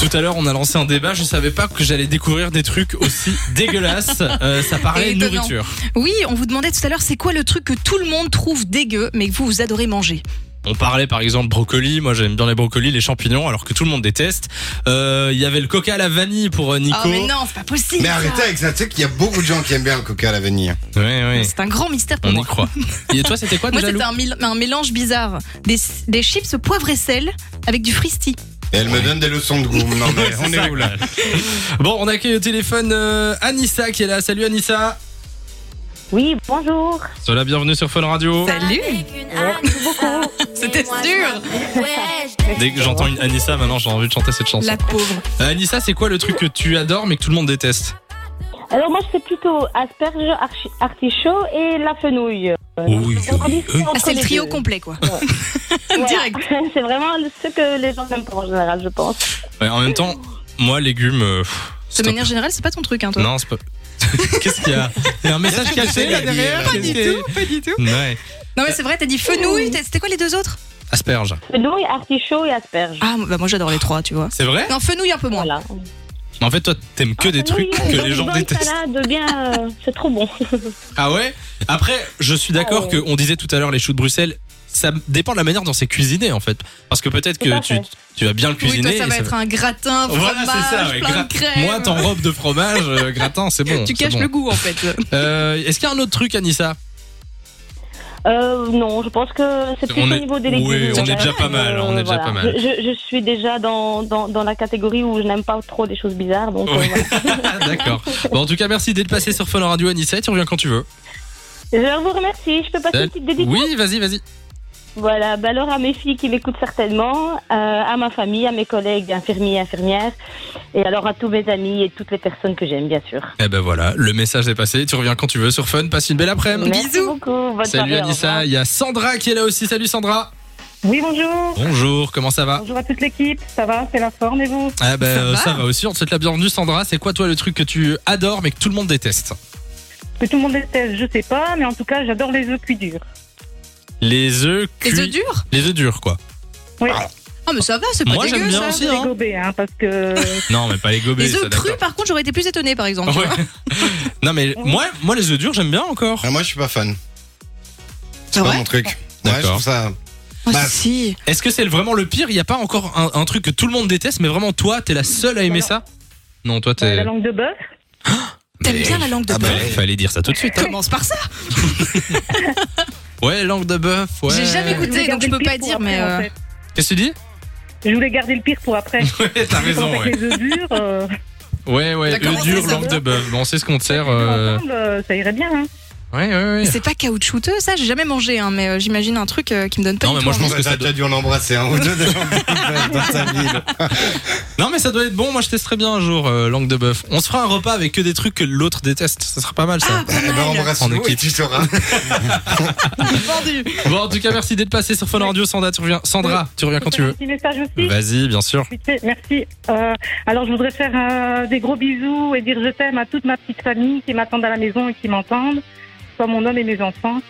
Tout à l'heure, on a lancé un débat. Je savais pas que j'allais découvrir des trucs aussi dégueulasses. Euh, ça Et paraît étonnant. nourriture. Oui, on vous demandait tout à l'heure, c'est quoi le truc que tout le monde trouve dégueu, mais que vous, vous adorez manger On parlait par exemple brocoli. Moi, j'aime bien les brocolis, les champignons, alors que tout le monde déteste. Euh, Il y avait le coca à la vanille pour euh, Nico. Oh, mais non, c'est pas possible Mais ça. arrêtez avec ça, tu sais qu'il y a beaucoup de gens qui aiment bien le coca à l'avenir. Ouais, ouais. C'est un grand mystère pour On y moi. croit. Et toi, c'était quoi Moi, déjà c'était Lou un, mil- un mélange bizarre. Des, des chips poivre et sel avec du fristi. Et elle me donne des leçons de goût. Non, mais on est où là Bon, on accueille au téléphone euh, Anissa qui est là. Salut Anissa. Oui, bonjour. Sois la bienvenue sur Fun Radio. Salut Merci beaucoup. C'était sûr Dès que j'entends une Anissa, maintenant j'ai envie de chanter cette chanson. La pauvre. Euh, Anissa, c'est quoi le truc que tu adores mais que tout le monde déteste Alors moi, je fais plutôt asperges, archi- artichauts et la fenouille. Euh, oui, donc, on oui, dit oui. entre Ah, c'est le les trio deux. complet, quoi. Voilà. Direct. c'est vraiment ce que les gens aiment pas en général, je pense. Ouais, En même temps, moi, légumes. euh, pff, De stop. manière générale, c'est pas ton truc, hein, toi Non, c'est pas. Qu'est-ce qu'il y a Il y a un message caché là derrière Pas du tout, pas du tout. Ouais. Non, mais c'est vrai, t'as dit fenouil, t'as- c'était quoi les deux autres Asperge. Fenouil, artichaut et asperges. Ah, bah moi j'adore les trois, tu vois. C'est vrai Non, fenouil un peu moins. Voilà. En fait, toi, t'aimes que Ah, des fenouil, trucs euh, que dans les une gens bonne détestent. salade, bien, euh, c'est trop bon. Ah ouais Après, je suis d'accord Ah ouais. qu'on disait tout à l'heure les choux de Bruxelles. Ça dépend de la manière dont c'est cuisiné en fait. Parce que peut-être Tout que à tu, fait. tu vas bien le cuisiner. oui, toi ça et va être un gratin, fromage, Voilà, c'est ça. ouais, plein gra- de crème. Moi, ton robe de fromage, euh, gratin, c'est bon. tu c'est caches bon. le goût en fait. Euh, Est-ce qu'il y a un autre truc, Anissa Euh, non, je pense que c'est plus On au est- niveau des légumes. oui, on voilà. est déjà pas mal, on est déjà pas mal. Je, je- je suis déjà dans, dans, dans la catégorie où je n'aime pas trop des choses bizarres, donc Oui. euh, voilà. Ah, D'accord. Bon, en tout cas, merci d'être passé sur Fun Radio, Anissa. et Tu reviens quand tu veux. Je vous remercie. Je peux passer une petite dédicace Oui, vas-y, vas-y. Voilà, bah alors à mes filles qui m'écoutent certainement, euh, à ma famille, à mes collègues infirmiers et infirmières, et alors à tous mes amis et toutes les personnes que j'aime, bien sûr. Eh ben voilà, le message est passé. Tu reviens quand tu veux sur Fun. Passe une belle après-midi. Merci Bisous. beaucoup. Bonne Salut soirée, au revoir. Anissa. Il y a Sandra qui est là aussi. Salut Sandra. Oui, bonjour. Bonjour, comment ça va Bonjour à toute l'équipe. Ça va, c'est la forme et vous Ah ben Ça euh, va ça va aussi. On te souhaite la bienvenue, Sandra. C'est quoi toi le truc que tu adores mais que tout le monde déteste Que tout le monde déteste, je sais pas, mais en tout cas, j'adore les œufs cuits durs. Oh. Les œufs Les œufs cuits. durs Les œufs durs, quoi. Oui, Ah, mais ça va, c'est pas Moi, dégueu j'aime bien ça. aussi, les hein. gobés, hein, parce que Non, mais pas les gobelets. Les ça, œufs d'accord. crus, par contre, j'aurais été plus étonnée par exemple. Ah ouais. non mais moi, moi les œufs durs j'aime bien encore. Ah, Moi, je suis pas fan. Ah C'est pas ouais mon truc. Ouais, je D'accord. trouve ça. Oh, Bah, si. Est-ce que c'est vraiment le pire Il n'y a pas encore un, un truc que tout le monde déteste, mais vraiment toi, t'es la seule à aimer Bah Non. ça Non, toi euh, t'es. la langue de bœuf, T'aimes bien la langue de Ah bah, bœuf Ouais, fallait dire ça tout de suite. hein. Commence par ça. Ouais, langue de bœuf. Ouais. J'ai jamais goûté. voulais donc garder je peux le pire pas pour dire, après, mais, en euh, fait. Qu'est-ce que tu dis Je voulais garder le pire pour après. Ouais, t'as Parce raison. qu'avec Ouais, les œufs durs, euh, ouais, ouais T'as œufs commencé durs, ça, langue de bœuf. Bon, c'est ce qu'on te sert. euh, ensemble, euh, ça irait bien. Hein. Ouais, ouais, ouais. C'est pas caoutchouteux ça, j'ai jamais mangé, hein, mais euh, j'imagine un truc euh, qui me donne pas Non, du mais tout moi, je envie. pense que ça T'as doit- déjà dû en embrasser un ou deux des gens dans sa vie. là. Non, mais ça doit être bon. Moi, je testerai bien un jour euh, langue de bœuf. On se fera un repas avec que des trucs que l'autre déteste. Ça sera pas mal, ça. Ah, Ah, pas Eh ben, mal. Ah, On est embrasse-nous et quitte. tu sauras. Vendu. Bon, en tout cas, merci d'être passé sur Fun Radio, Sandra. Tu reviens, Sandra, tu reviens quand tu Un veux. petit message aussi. Vas-y, bien sûr. Vite fait, Merci. Euh, alors, je voudrais faire euh, des gros bisous et dire je t'aime à toute ma petite famille qui m'attendent à la maison et qui m'entendent, soit mon homme et mes enfants.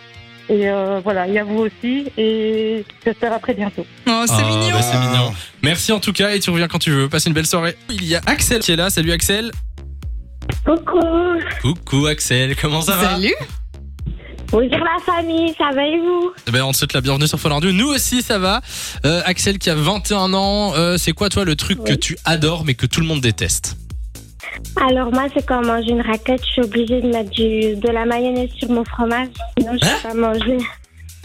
Et euh, voilà, et à vous aussi. Et j'espère à très bientôt. Oh, c'est Ah, mignon. bah, c'est mignon. Merci en tout cas et tu reviens quand tu veux. Passe une belle soirée. Il y a Axel qui est là. Salut Axel. Coucou, Coucou Axel, comment ça va Salut. bonjour la famille, ça va et vous Eh ben, On te souhaite la bienvenue sur Fun Radio. Nous aussi ça va. Euh, Axel qui a 21 ans, euh, c'est quoi toi le truc que tu adores mais que tout le monde déteste Alors moi c'est quand manger une raquette, je suis obligée de mettre du, de la mayonnaise sur mon fromage, sinon je Hein peux pas manger.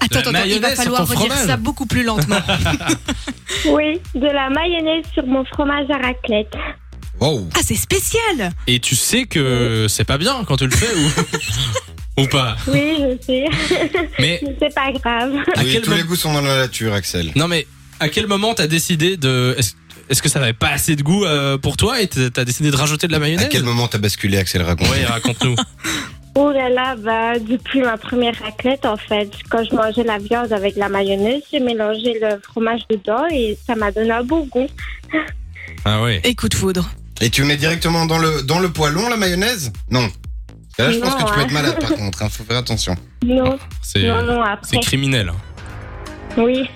Attends, attends, il va mayonnaise sur falloir ton redire fromage. ça beaucoup plus lentement. Oui, de la mayonnaise sur mon fromage à raclette. Wow. Ah, c'est spécial Et tu sais que c'est pas bien quand tu le fais ou, ou pas Oui, je sais, Mais mais c'est pas grave. à Oui, quel tous les moment... goûts sont dans la nature, Axel. Non mais à quel moment t'as décidé de... Est-ce est-ce que ça n'avait pas assez de goût euh, pour toi et t'as t'as décidé de rajouter de la mayonnaise À quel moment t'as basculé, Axel Raconte Ouais, raconte-nous. Oh là là, bah depuis ma première raclette en fait, quand je mangeais la viande avec la mayonnaise, j'ai mélangé le fromage dedans et ça m'a donné un bon goût. ah ouais. Et coup de foudre. Et tu mets directement dans le, dans le poêlon la mayonnaise Non. Et Là, je pense Non, que tu peux ouais. être malade par contre, hein, faut faire attention. Non, C'est hein. non, non, c'est après, criminel. oui.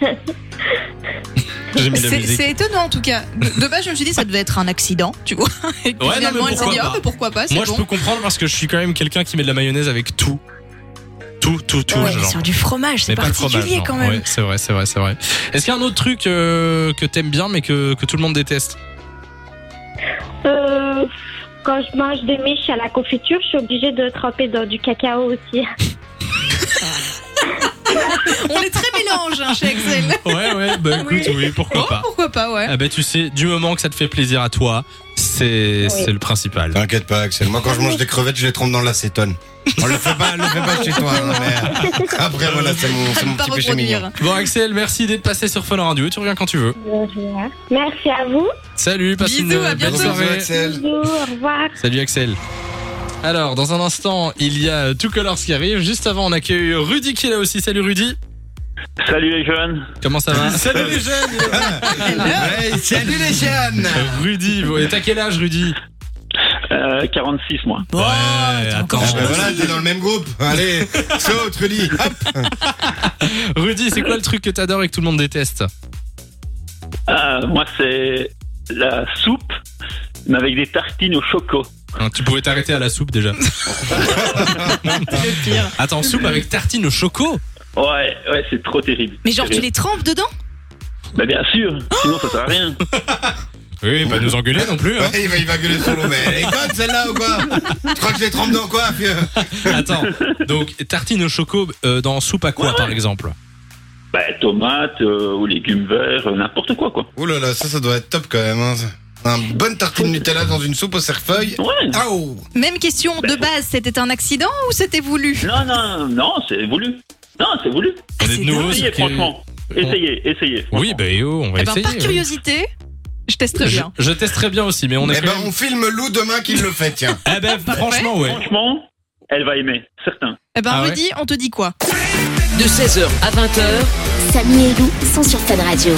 J'ai mis la C'est musique. c'est étonnant en tout cas. De, de base, je me suis dit ça devait être un accident, tu vois. Et puis Ouais, non, mais finalement, elle s'est pourquoi dit ah, pas mais pourquoi pas, c'est Moi, je peux bon. comprendre parce que je suis quand même quelqu'un qui met de la mayonnaise avec tout. Tout, tout, tout. Ouais, mais genre. sur du fromage, c'est Mais pas le fromage. particulier non. quand même. Ouais, c'est vrai, c'est vrai, c'est vrai. Est-ce qu'il y a un autre truc euh, que t'aimes bien mais que, que tout le monde déteste Euh, quand je mange des miches à la confiture, je suis obligée de tremper dans du cacao aussi. On est très mélange hein, chez Excel. Ouais, ouais, bah écoute, oui, pourquoi Oh, pourquoi pas, ouais. Ah bah tu sais, du moment que ça te fait plaisir à toi, c'est c'est le principal. T'inquiète pas, Axel. Moi, quand je mange des crevettes, je les trempe dans l'acétone. On le fait pas, le fait pas chez toi. hein, mais, euh, Après, voilà, c'est mon, c'est À mon ne pas petit péché mignon. reproduire. Bon Axel, merci d'être passé sur Fun Radio, tu reviens quand tu veux. Merci à vous. Salut, passe Bisous, une à belle bientôt. Bisous, soirée. Axel. Bisous, au revoir. Salut Axel. Alors, dans un instant, il y a Two Colors qui arrive. Juste avant, on accueille Rudy qui est là aussi. Salut Rudy. Salut les jeunes. Comment ça va Salut les jeunes. Ouais, salut les jeunes. Rudy, et t'as quel âge Rudy Euh, 46 mois. Ouais, attends. bah Ah ben voilà, t'es dans le même groupe. Allez, saute, Rudy. Ah, Hop. Rudy, c'est quoi le truc que t'adores et que tout le monde déteste Euh, moi c'est la soupe, mais avec des tartines au choco. Hein, Tu pouvais t'arrêter à la soupe déjà. Attends, soupe avec tartine au choco Ouais, ouais, c'est trop terrible. Mais genre, tu les Oh trempes dedans Bah bien sûr, sinon ça sert à rien. Oui, pas nous engueuler non plus. hein. Ouais, bah, il, va, il va gueuler sur l'eau, mais elle est bonne celle-là ou quoi Tu crois que je les trempe dans quoi vieux Attends, donc tartine au choco euh, dans soupe à quoi par exemple Bah tomates euh, aux légumes verts, euh, n'importe quoi quoi. Ouh là là, ça, ça doit être top quand même. Hein. Un bonne tartine Nutella dans une soupe au cerfeuil. Ouais. Ah, oh. Même question Ben, de base, c'était un accident ou c'était voulu Non non non, c'est voulu. Non, c'est voulu. On Ah, c'est est de nouveau Essayez sur- franchement. Essayez, essayez. Oui, bah yo, on va Eh ben, essayer. par curiosité, je teste très Je, bien. je teste très bien aussi, mais on est Eh ben, quand même- on filme Lou demain qu'il le fait, tiens. Eh ben, franchement, ouais. Franchement, elle va aimer, certain. Eh ben, Ah ouais. Rudy, on te dit quoi De 16h à 20h, Samy et Lou sont sur Fun Radio.